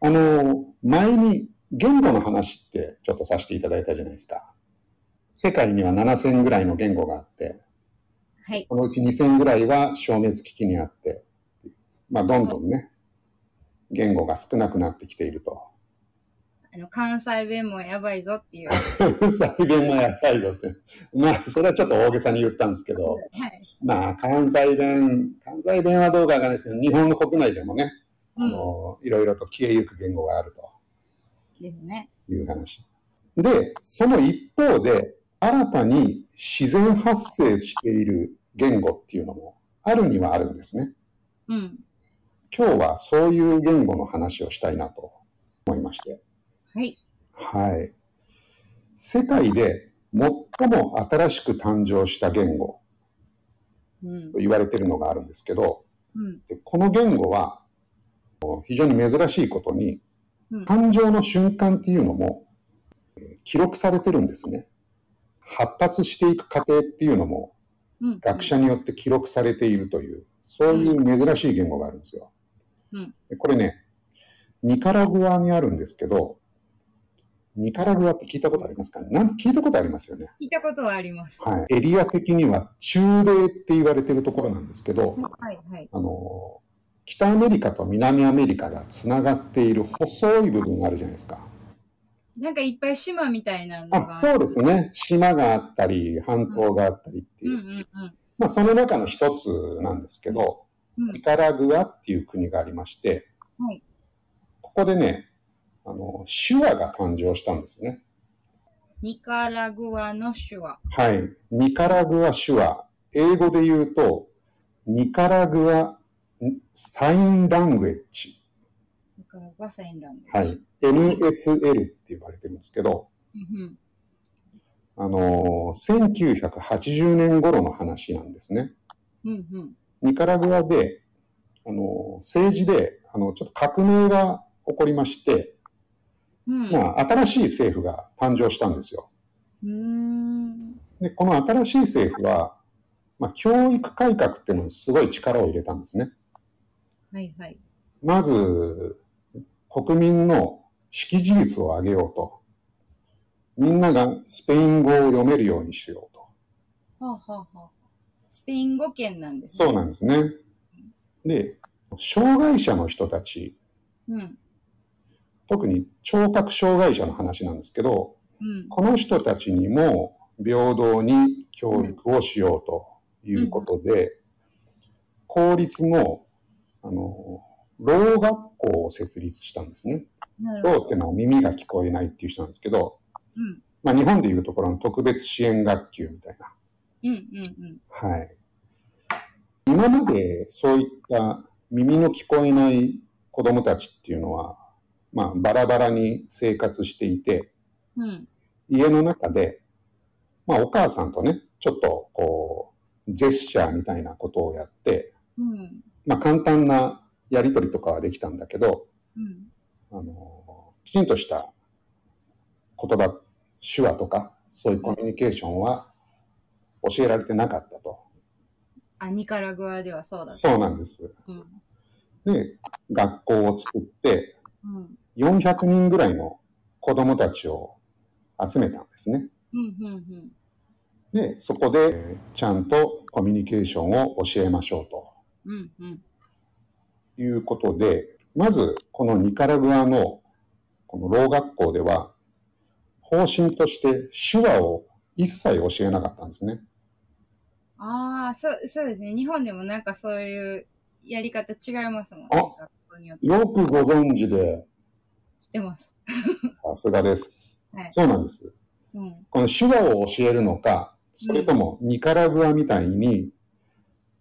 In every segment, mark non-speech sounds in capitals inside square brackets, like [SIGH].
あの、前に言語の話ってちょっとさせていただいたじゃないですか。世界には7000ぐらいの言語があって、はい。このうち2000ぐらいは消滅危機にあって、まあ、どんどんね、言語が少なくなってきていると。 [LAUGHS] あの、関西弁もやばいぞっていう。は再現もやばいぞって。まあ、それはちょっと大げさに言ったんですけど、い。まあ、関西弁、関西弁はどうかわかんないですけど、日本の国内でもね、あの、いろいろと消えゆく言語があると。ですね。いう話。で、その一方で、新たに自然発生している言語っていうのもあるにはあるんですね。うん。今日はそういう言語の話をしたいなと思いまして。はい。はい。世界で最も新しく誕生した言語うんと。言われてるのがあるんですけど、うん。でこの言語は非常に珍しいことにうん、誕生の瞬間っていうのもえー記録されてるんですね。発達していく過程っていうのもうん。学者によって記録されているという、そういう珍しい言語があるんですよ。うんでこれね、ニカラグアにあるんですけど、ニカラグアって聞いたことありますかねなん聞いたことありますよね。聞いたことはあります。ははい。エリア的には中米って言われてるところなんですけど、い。はい。あの、北アメリカと南アメリカがつながっている細い部分があるじゃないですか。なんかいっぱい島みたいなのが。あ、そうですね。島があったり、半島があったりっていうう。んうんうん。まあ、その中の一つなんですけど、うんニカラグアっていう国がありまして、はいここでね、あの、手話が誕生したんですね。ニカラグアの手話。はい。ニカラグア手話。英語で言うと、ニカラグアサインラングエッジ。ニカラグアサインランド。はい。NSL って言われてるんですけど、うんうん。あのー、1980年頃の話なんですね。うんうん。ニカラグアで、あのー、政治で、あの、ちょっと革命が起こりまして、うん。まあ、新しい政府が誕生したんですよ。うーん。で、この新しい政府は、まあ、教育改革っていうのにすごい力を入れたんですね。はいはい。まず、国民の識字率を上げようと。みんながスペイン語を読めるようにしようと。はあ、はあはあ、スペイン語圏なんですそうね。なんですね。で、障害者の人たち、うん。特に聴覚障害者の話なんですけど、うん。この人たちにも平等に教育をしようということで、公立の、あの、老学校を設立したんですね。なるほ老っていうのは耳が聞こえないっていう人なんですけど、ど。うん。まあ日本でいうところの特別支援学級みたいな。うんうんはい。今までそういった耳の聞こえない子供たちっていうのは、まあ、バラバラに生活していて、うん。うん。家の中で、まあ、お母さんとね、ちょっとこう、ジェスチャーみたいなことをやって、うん。まあ、簡単なやりとりとかはできたんだけど、うん。あの、きちんとした言葉、手話とか、そういうコミュニケーションは教えられてなかったと。あ、ニカラグアではそうだった。そうなんです。うん。で、学校を作って、うん。 400人ぐらいの子供たちを集めたんですね。うんうんうん。で、そこで、えーちゃんとコミュニケーションを教えましょうとうんうん。いうことで、まず、このニカラグアの、この老学校では、方針として手話を一切教えなかったんですね。ああ、そう、そうですね。日本でもなんかそういうやり方違いますもんね。あ学校によってよくご存知で、知ってます。さすがです。はいそうなんです。うん。この手話を教えるのか、それともニカラグアみたいに、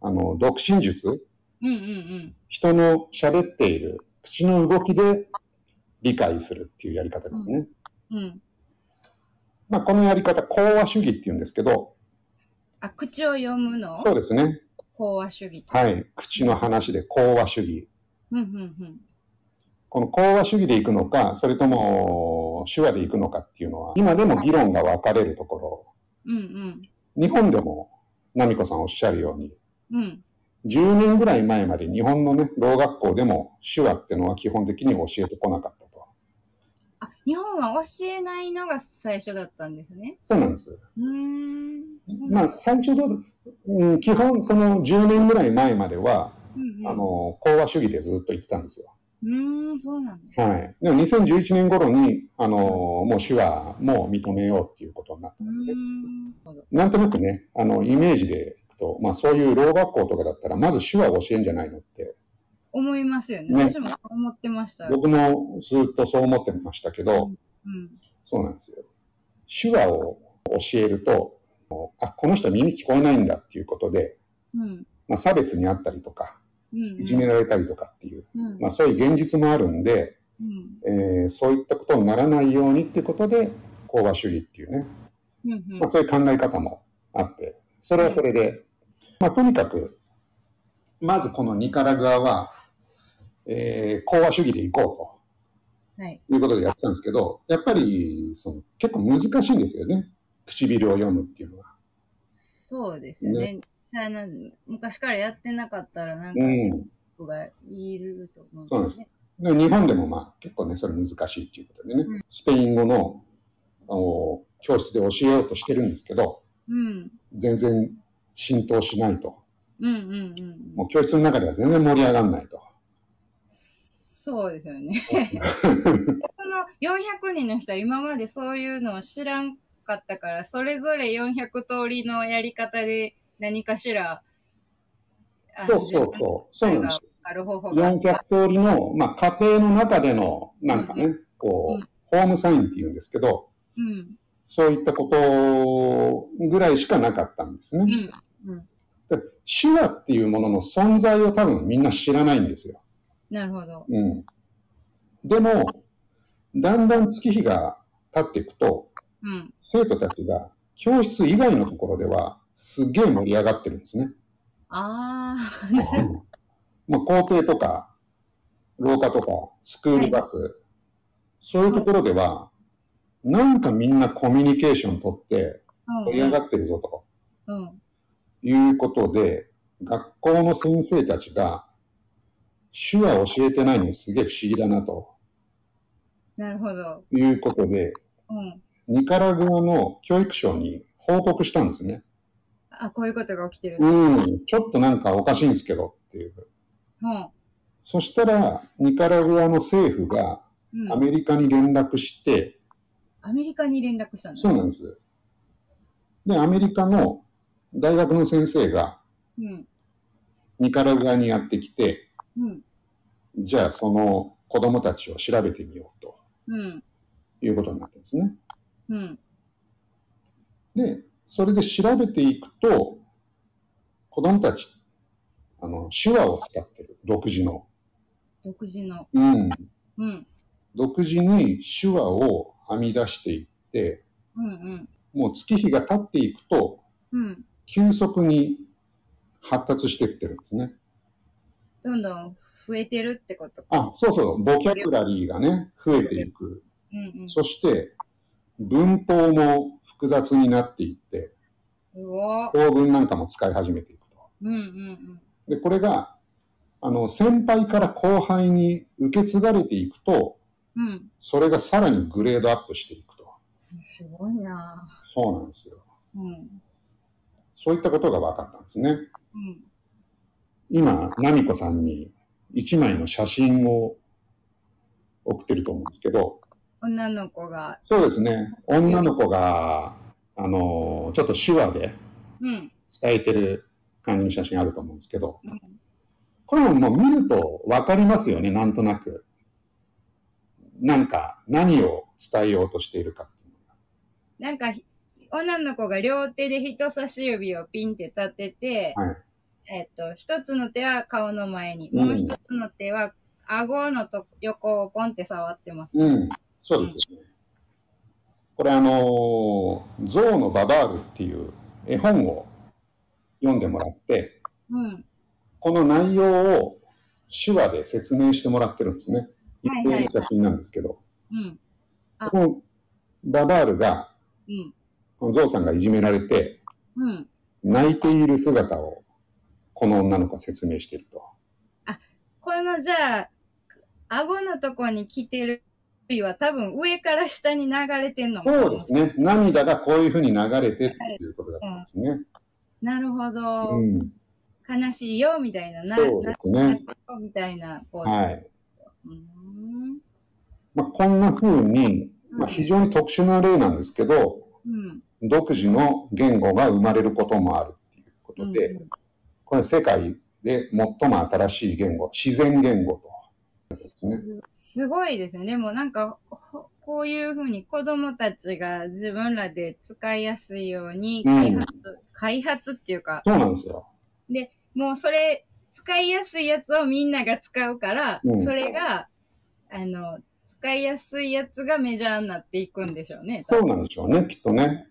あの、独身術、うんうん人の喋っている口の動きで理解するっていうやり方ですね。うん。うん。まあ、このやり方、講話主義って言うんですけど、あ、口を読むのそうですね。講話主義と。はい。口の話で講話主義。うんうんこの講話主義でいくのか、それとも手話でいくのかっていうのは、今でも議論が分かれるところ、うん。うん日本でも、奈美子さんおっしゃるように、うん。うん。 10年ぐらい前まで日本のね、ろう学校でも手話ってのは基本的に教えてこなかったと。あ、日本は教えないのが最初だったんですね。そうなんです。うーん。まあ、最初どう、うん、基本その10年ぐらい前までは、うんうん、あの、講和主義でずっと言ってたんですよ。うーん、そうなんです。はい。でも2011年頃に、あの、もう手話も認めようっていうことになったうーので、ん。なるほどなんとなくね、あの、イメージでいくと、まあそういうろう学校とかだったら、まず手話を教えんじゃないのって、思いますよね。ね私も思ってました。僕もずっとそう思ってましたけど、うん。そうなんですよ。手話を教えると、あ、この人耳聞こえないんだっていうことで、うん。まあ差別にあったりとか、うん。いじめられたりとかっていう、うん。まあそういう現実もあるんで、うん。えーそういったことにならないようにっていうことで、講和主義っていうね、うん。うんまあ、そういう考え方もあって、それはそれで、まあ、とにかく、まずこのニカラグアは、えー、講和主義で行こはい。うということでやってたんですけど、やっぱりその結構難しいんですよね、唇を読むっていうのは。そうですよね。さあなん昔からやってなかったら、なんかう、ん、僕がいると思うんね。で日本でもまあ結構ね、それ難しいっていうことでね、うスペイン語のあの教室で教えようとしてるんですけど、うん。全然浸透しないと。うんうんうん。もう教室の中では全然盛り上がらないと。そうですよね。その400人の人は今までそういうのを知らんかったから、それぞれ400通りのやり方で何かしら、あそのうそうそう。そうなんですよある方法があっ400た。通りの、まあ、家庭の中での、なんかうね、こうう、ホームサインっていうんですけど、うん。そういったことぐらいしかなかったんですうね。ん。で手話っていうものの存在を多分みんな知らないんですよ。なるほど。うん。でも、だんだん月日が経っていくと、うん。生徒たちが教室以外のところではすっげえ盛り上がってるんですね。ああ、まあ、校庭とか、廊下とか、スクールバス、そういうところでは、なんかみんなコミュニケーション取って盛り上がってるぞとうん。いうことで、学校の先生たちが、手話教えてないのすげえ不思議だなとなるほど。いうことで、うん。ニカラグアの教育省に報告したんですね。あ、こういうことが起きてる。うん、ちょっとなんかおかしいんですけどっていう。うん。そしたら、ニカラグアの政府が、うんアメリカに連絡して、アメリカに連絡したのそうなんです。で、アメリカの大学の先生がうん。ニカラグアにやってきて、うん。じゃあその子供たちを調べてみようとうん。いうことになったんですね。うん。で、それで調べていくと、子供たち、あの、手話を使ってる、独自の。独自の。うん。うん。独自に手話を編み出していって、うんうん。もう月日が経っていくと、うん。急速に発達していってるんですね。どんどん増えてるってことか。あ、そうそう、ボキャブラリーがね、増えていく。うんうん。そして、文法も複雑になっていって、すごい。構文なんかも使い始めていくと。うんうんで、これが、あの、先輩から後輩に受け継がれていくと、うん。うん。それがさらにグレードアップしていくと。すごいなそうなんですよ。ぁうん。そういったことが分かったんですね。うん。今、ナミコさんに一枚の写真を送ってると思うんですけど、女の子が。そうですね。女の子が、あの、ちょっと手話で、うん。伝えてる感じの写真あると思うんですけどうん、これももう見ると分かりますよね、なんとなく。なんか、何を伝えようとしているかっていうのが。なんかひ、女の子が両手で人差し指をピンって立てて、はえっと、一つの手は顔の前に、うんもう一つの手は顎のと横をポンって触ってます。うん、そうですよね。これあのー象のババールっていう絵本を読んでもらって、うん。この内容を手話で説明してもらってるんですね。一はいは定いの写真なんですけど、うん。あこのババールが、うん。この象さんがいじめられて、うん。泣いている姿をこの女の子は説明してると。このじゃあ、顎のとこに来てる指は多分上から下に流れてんのかなそうですね。涙がこういうふうに流れてっていうことだったんですね。なるほど。うん。悲しいよ、みたいな。なそうですね。なみたいな、こう、はい。うーん。まあ、こんな風に、まあ、非常に特殊な例なんですけど、うん。独自の言語が生まれることもあるっていうこうとんで、これは世界で最も新しい言語、自然言語と。ねすごいですね。でもなんか、ほこういうふうに子供たちが自分らで使いやすいようにうん開発、開発っていうか、そうなんですよ。もうそれ、使いやすいやつをみんなが使うから、うんそれが、あの、使いやすいやつがメジャーになっていくんでしょうね。そうなんでしょうね、きっとね。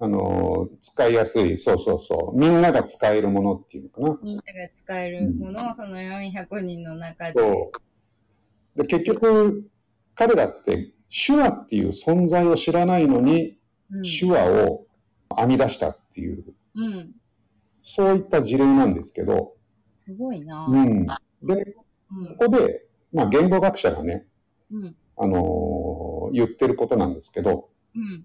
あの、使いやすい、そうそうそう。みんなが使えるものっていうのかな。みんなが使えるものを、その400人の中で。そう。で、結局、彼らって手話っていう存在を知らないのに、うん手話を編み出したっていう、うん。そういった事例なんですけど、すごいなう。ん。でね、うん。ここで、まあ、言語学者がね、うん。あのー言ってることなんですけど、うん。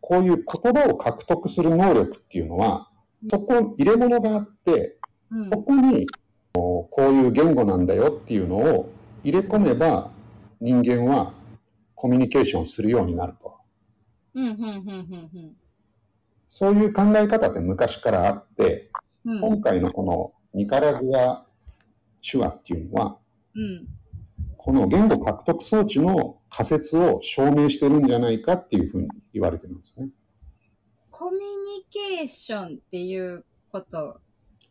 こういう言葉を獲得する能力っていうのは、そこ、入れ物があって、うんそこに、おこういう言語なんだよっていうのを入れ込めば、人間はコミュニケーションするようになると。うん。うん。うん。そういう考え方って昔からあって、うん。うん。今回のこのニカラグア手話っていうのは、うん。この言語獲得装置の仮説を証明してるんじゃないかっていうふうに言われてるんですね。コミュニケーションっていうこと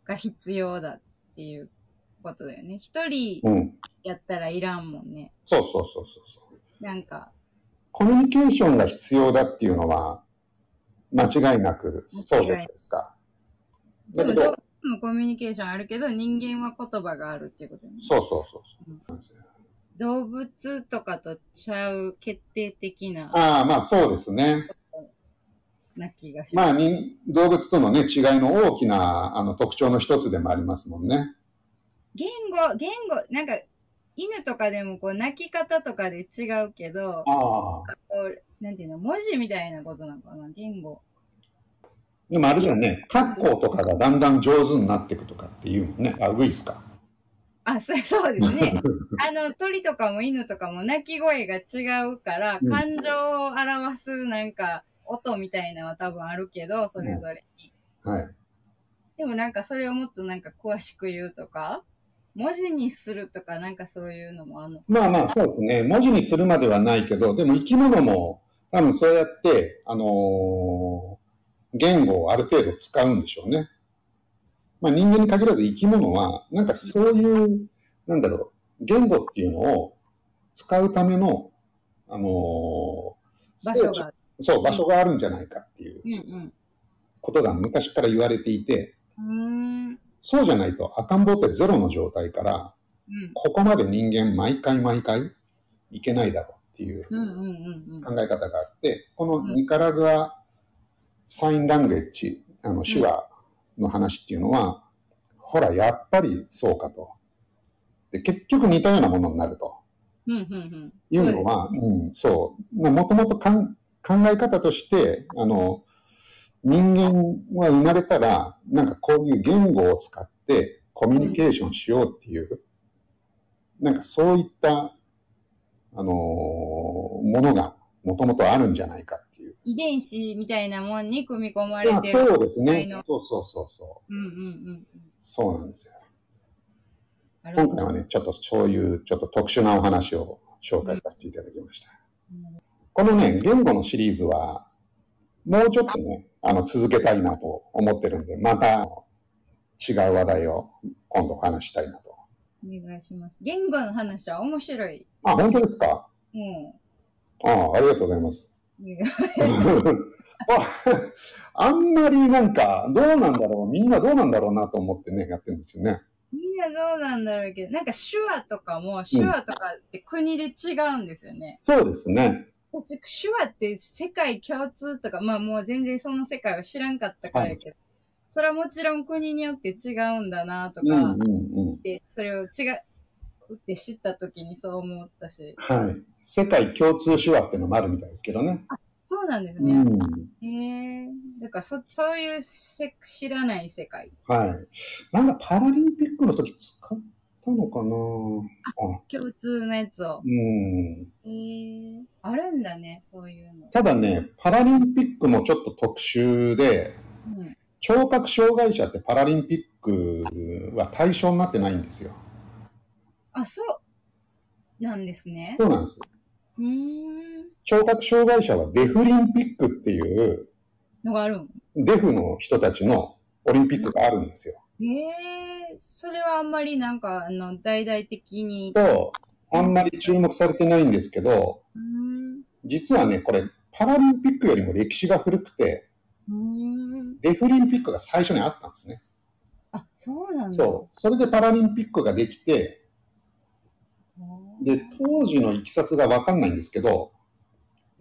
が必要だっていうことだよね。一人うん。やったらいらんもんね。そうそうそうそうそう。なんか、コミュニケーションが必要だっていうのは、間違いなくそうじゃないですか。でだもけどどう、もコミュニケーションあるけど、人間は言葉があるっていうことだよね。そうそうそうそう。動物とかとちゃう決定的な、ああ、まあそうですね。な気がしまあます。人動物とのね、違いの大きなあの特徴の一つでもありますもんね。言語、言語、なんか、犬とかでもこう、泣き方とかで違うけど、ああ。こう、なんていうの、文字みたいなことなのかな、言語。でもあれだよね、格好とかがだんだん上手になっていくとかっていうもんね。あ、ウグイスか。あ、そうそうです [LAUGHS] ね。あの、鳥とかも犬とかも鳴き声が違うからう、ん感情を表すなんか、音みたいなのは多分あるけど、それぞれに。はい。でもなんかそれをもっとなんか詳しく言うとか、文字にするとかなんかそういうのもあんの。まあまあ、そうですね。文字にするまではないけど、でも生き物も多分そうやって、あのー言語をある程度使うんでしょうね。まあ人間に限らず生き物は、なんかそういう、なんだろう、言語っていうのを使うための、あのー場所装が。置そう、場所があるんじゃないかっていううんことが昔から言われていて、うん。うーん。そうじゃないと赤ん坊ってゼロの状態から、うん。ここまで人間毎回毎回いけないだろうっていううんうんうんうん。考え方があって、このニカラグアサインランゲッジ、あの手話の話っていうのは、ほら、やっぱりそうかと。で、結局似たようなものになるとうんうんうん。いそううでのすは、うん、そう。もともと考え方として、あの、人間は生まれたら、なんかこういう言語を使ってコミュニケーションしようっていう、なんかそういった、あのーものがもともとあるんじゃないかっていう。遺伝子みたいなもんに組み込まれまあてる。そうですはいねの。そうそうそうそう。うんうんうんうん。そうなんですよ。なるほ今ど回はね、ちょっとそういうちょっと特殊なお話を紹介させていただきました。このね、言語のシリーズは、もうちょっとね、あの、続けたいなと思ってるんで、またあの違う話題を今度話したいなと。お願いします。言語の話は面白い。あ、本当ですかもああ、ありがとうございます。 [LAUGHS] うん。ああんまりなんか、どうなんだろう、みんなどうなんだろうなと思ってね、やってるんですよね。みんなどうなんだろうけど、なんか手話とかも、手話とかって国で違うんですよね。そうですね。私、手話って世界共通とか、まあもう全然その世界は知らんかったからやけど、それはもちろん国によって違うんだなとうんうかん、うん。で、それを違うって知った時にそう思ったし、はい。世界共通手話っていうのもあるみたいですけどね。そうなんですうね。ん。へえだからそ、そういうせ知らない世界。はい。なんかパラリンピックの時使ったのかなあ、共通のやつを。うん。へえあるんだね、そういうの。ただね、パラリンピックもちょっと特殊で、うん。聴覚障害者ってパラリンピックは対象になってないんですよ。あ、そうなんですね。そうなんです。うーん。聴覚障害者はデフリンピックっていう、のがあるん。デフの人たちのオリンピックがあるんですよ。へえそれはあんまりなんか、あの、大々的に。と、あんまり注目されてないんですけど、うーん。実はね、これ、パラリンピックよりも歴史が古くて、うーん。デフリンピックが最初にあったんですね。あ、そうなんだ。そう。それでパラリンピックができて、で、当時のいきさつがわかんないんですけど、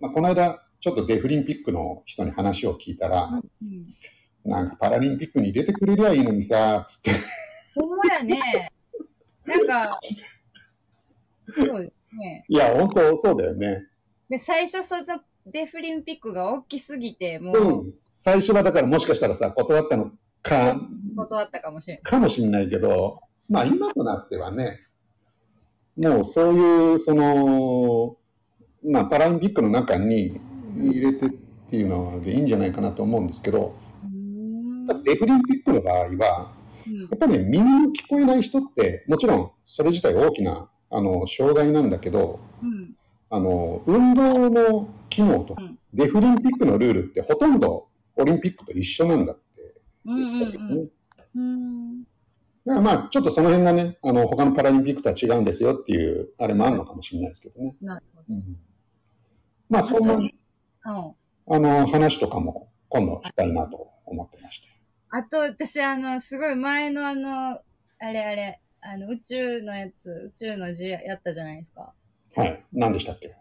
まあ、この間、ちょっとデフリンピックの人に話を聞いたら、うん。なんかパラリンピックに入れてくれりゃいいのにさ、つって。 [LAUGHS] ほんまやね。なんか、そうですね。いや、本当そうだよね。で、最初、そのデフリンピックが大きすぎて、もうう、ん。最初はだからもしかしたらさ、断ったのか、断ったかもしれない。かもしんないけど、まあ今となってはね、もうそういう、その、まあパラリンピックの中に入れてっていうのでいいんじゃないかなと思うんですけど、うーん。デフリンピックの場合は、やっぱり耳の聞こえない人って、もちろんそれ自体大きな、あの、障害なんだけど、うん。あの、運動の機能とうんデフリンピックのルールってほとんどオリンピックと一緒なんだってうん。う言っんたんですね。うん。うん。だからまあ、ちょっとその辺がね、あの、他のパラリンピックとは違うんですよっていう、あれもあるのかもしれないですけどね。なるほど。うんまあ、そんな、うん。あの、話とかも今度したいなと思ってまして。あと、私、あの、すごい前のあの、あれあれ、あの、宇宙のやつ、宇宙の字やったじゃないですか。はい。何でしたっけ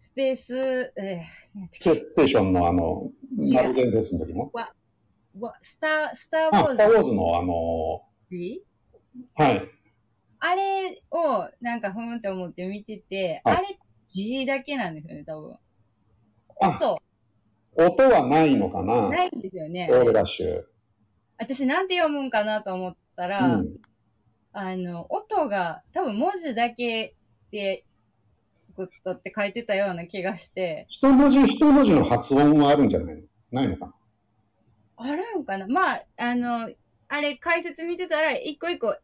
スペース、えー、なんてステステーションのあの、違うナルゲンフェスの時のわスター、スターウあ、ォスター・ーウズォーズのあの、字はい。あれを、なんか、ふーんって思って見てて、はいあれ、字だけなんですよね、多分。あ、と、音はないのかなないんですよねオ。ールラッシュ。私、なんて読むんかなと思ったうら、ん。あの、音が、多分文字だけで作ったって書いてたような気がして、一文字一文字の発音はあるんじゃないのないのかなあるんかなまあ、あの、あれ、解説見てたら、一個一個、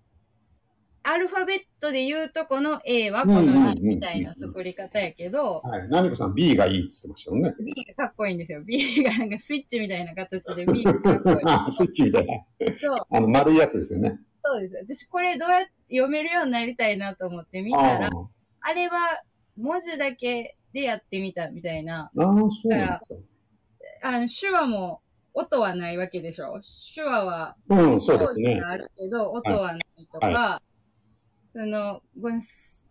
アルファベットで言うとこの A はうこんうんうんうのん G みたいな作り方やけど、はい。ナミコさん B がいいって言ってましたもんね。 B がかっこいいんですよ。B がなんかスイッチみたいな形で B がかっこいあ、スイッチみたいな。い。そう、あの、丸いやつですよね。そうです。私これどうやって読めるようになりたいなと思って見あたら、ああれは文字だけでやってみたみたいな。ああ、そうなんだ。あの、手話も音はないわけでしょ手話はうん、そうですね。があるけど、音はないとか、その、ごめんす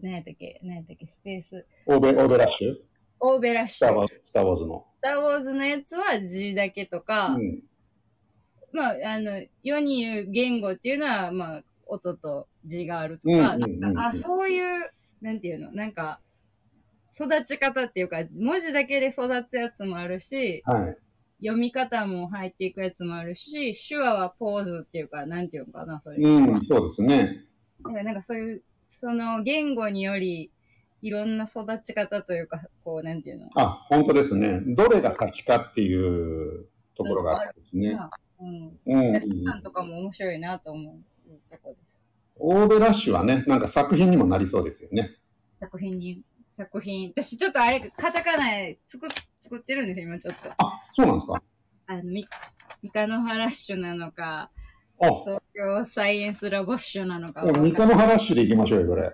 何やったっけ、何やったっけ、スペース、オーベ、オーベラッシュオーベラシスターウュォ、ーズスターウォーズの。スター・ウォーズのやつは G だけとか、うん。まあ、あの、世に言う言語っていうのは、まあ、音と G があるとうんか、うんうんうんなんかあ、そういう、なんていうの、なんか、育ち方っていうか、文字だけで育つやつもあるし、はい。読み方も入っていくやつもあるし、手話はポーズっていうか、なんていうのかな、それ。うん、そうですね。だからなんかそういう、その言語により、いろんな育ち方というか、こう、なんていうの。あ、本当ですね。どれが先かっていうところがあるんですね。うん。うんうんうレフさんん。とかも面白いなと思うとこです。オーベラッシュはね、なんか作品にもなりそうですよね。作品に、作品。私ちょっとあれ、カタカナ作っ作ってるんですよ、今ちょっと。あ、そうなんですか。あの、み三河のハラッシュなのか、あ、東京サイエンスラボッシュなのか、三河原市で行きましょうよ、これ。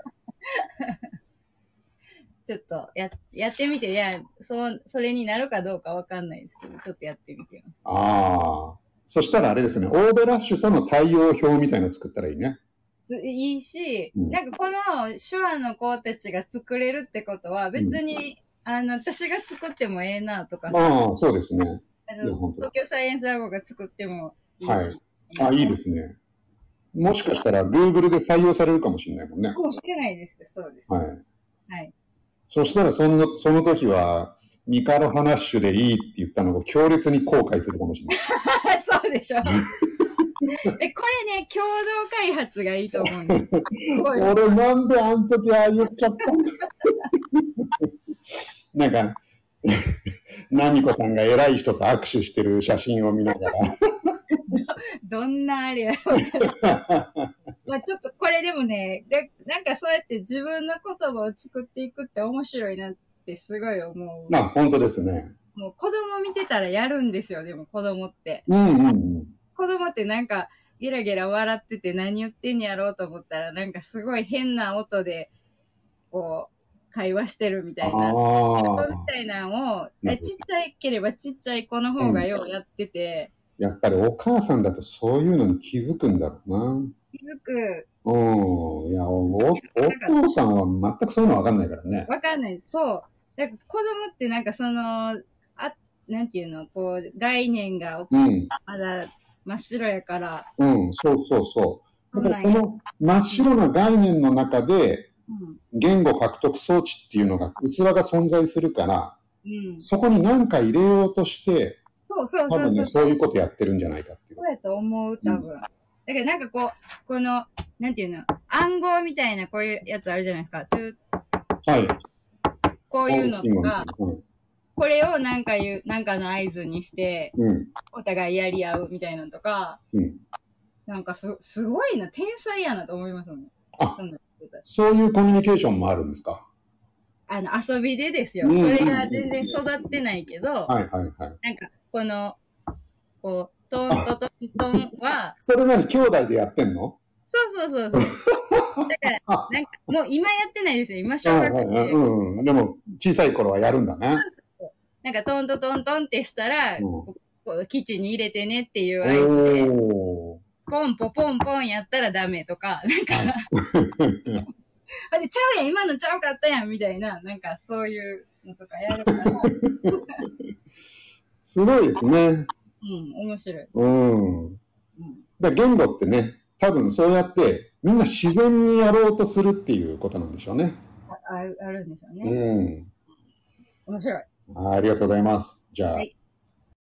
ちょっとややってみて、いや、そう、それになるかどうかわかんないですけど、ちょっとやってみてます。ああ。そしたらあれですね、オーベラッシュとの対応表みたいなの作ったらいいね。ついいし、うんなんかこの手話の子たちが作れるってことは別に、あの私が作ってもええなとか、ああ、そうですね。あいや、の、本当だ東京サイエンスラボが作ってもいいし。はいあ、いいですね。もしかしたら Google で採用されるかもしれないもんね。もうしてないです。そうです。。はいい。はい。そしたらそんな、その時は、ミカロハナッシュでいいって言ったのを強烈に後悔するかもしれない。 [LAUGHS] そうで [LAUGHS] しょ。え、これね、共同開発がいいと思うんです。すごい。俺なんであの時ああ言っちゃったんだ [LAUGHS] なんか、 [LAUGHS] ナミコさんが偉い人と握手してる写真を見なが [LAUGHS] どんなあれや。ら。まあちょっとこれでもね、でなんかそうやって自分の言葉を作っていくって面白いなってすごい思う。まあ、本当ですね。もう子供見てたらやるんですよ、でも子供って。うんうんうん。子供ってなんかゲラゲラ笑ってて何言ってんやろうと思ったらなんかすごい変な音でこう会話してるみたいな。ああみ。たいなのを、なるえほどちっちゃいければちっちゃい子の方がようやってて、やっぱりお母さんだとそういうのに気づくんだろうな。気づく、うん。いや、おおお父さんは全くそういうの分かんないからね。わかんない。そう。だから子供ってなんかその、あ、なんていうの、こう、概念がうん。まだ真っ白やから、うん。そうそうそう。だからそそうなんの真っ白な概念の中で、うん。言語獲得装置っていうのが、器が存在するから、うん。そこに何か入れようとして、そうそう多そう分そね、う。そういうことやってるんじゃないかっていうそう。やと思う、多分。だけどなんかこう、この、なんていうの、暗号みたいなこういうやつあるじゃないですか。トゥはい。こういうの大きいもとのか、はいこれをなんか言う、なんかの合図にして、うん。お互いやり合うみたいなのとか、うんなんかす、すごいな、天才やなと思いますもん。あそんなことでそういうコミュニケーションもあるんですかあの、遊びでですよ。うそんれが全然育ってないけど、はいはいはい。なんか、この、こう、トントトントン [LAUGHS] は、それなり兄弟でやってんのそうそうそ [LAUGHS] うそう。だから、あなんか、もう今やってないですよ。今小はい学はい生。はい。うんうん。でも、小さい頃はやるんだね。なんか、トントトントンってしたら、うんこう基地に入れてねっていう合図で、おポンポポンポンやったらダメとか、なんか、ー。あれ、ちゃうやん、今のちゃうかったやん、みたいな、なんかそういうのとかやるから、うすごいですね。ん、面白い。うん。うん、だから言語ってね、多分そうやって、みんな自然にやろうとするっていうことなんでしょうね。ああるあるんでしょうね。うん。面白い。あありがとうございます。じゃあ、はい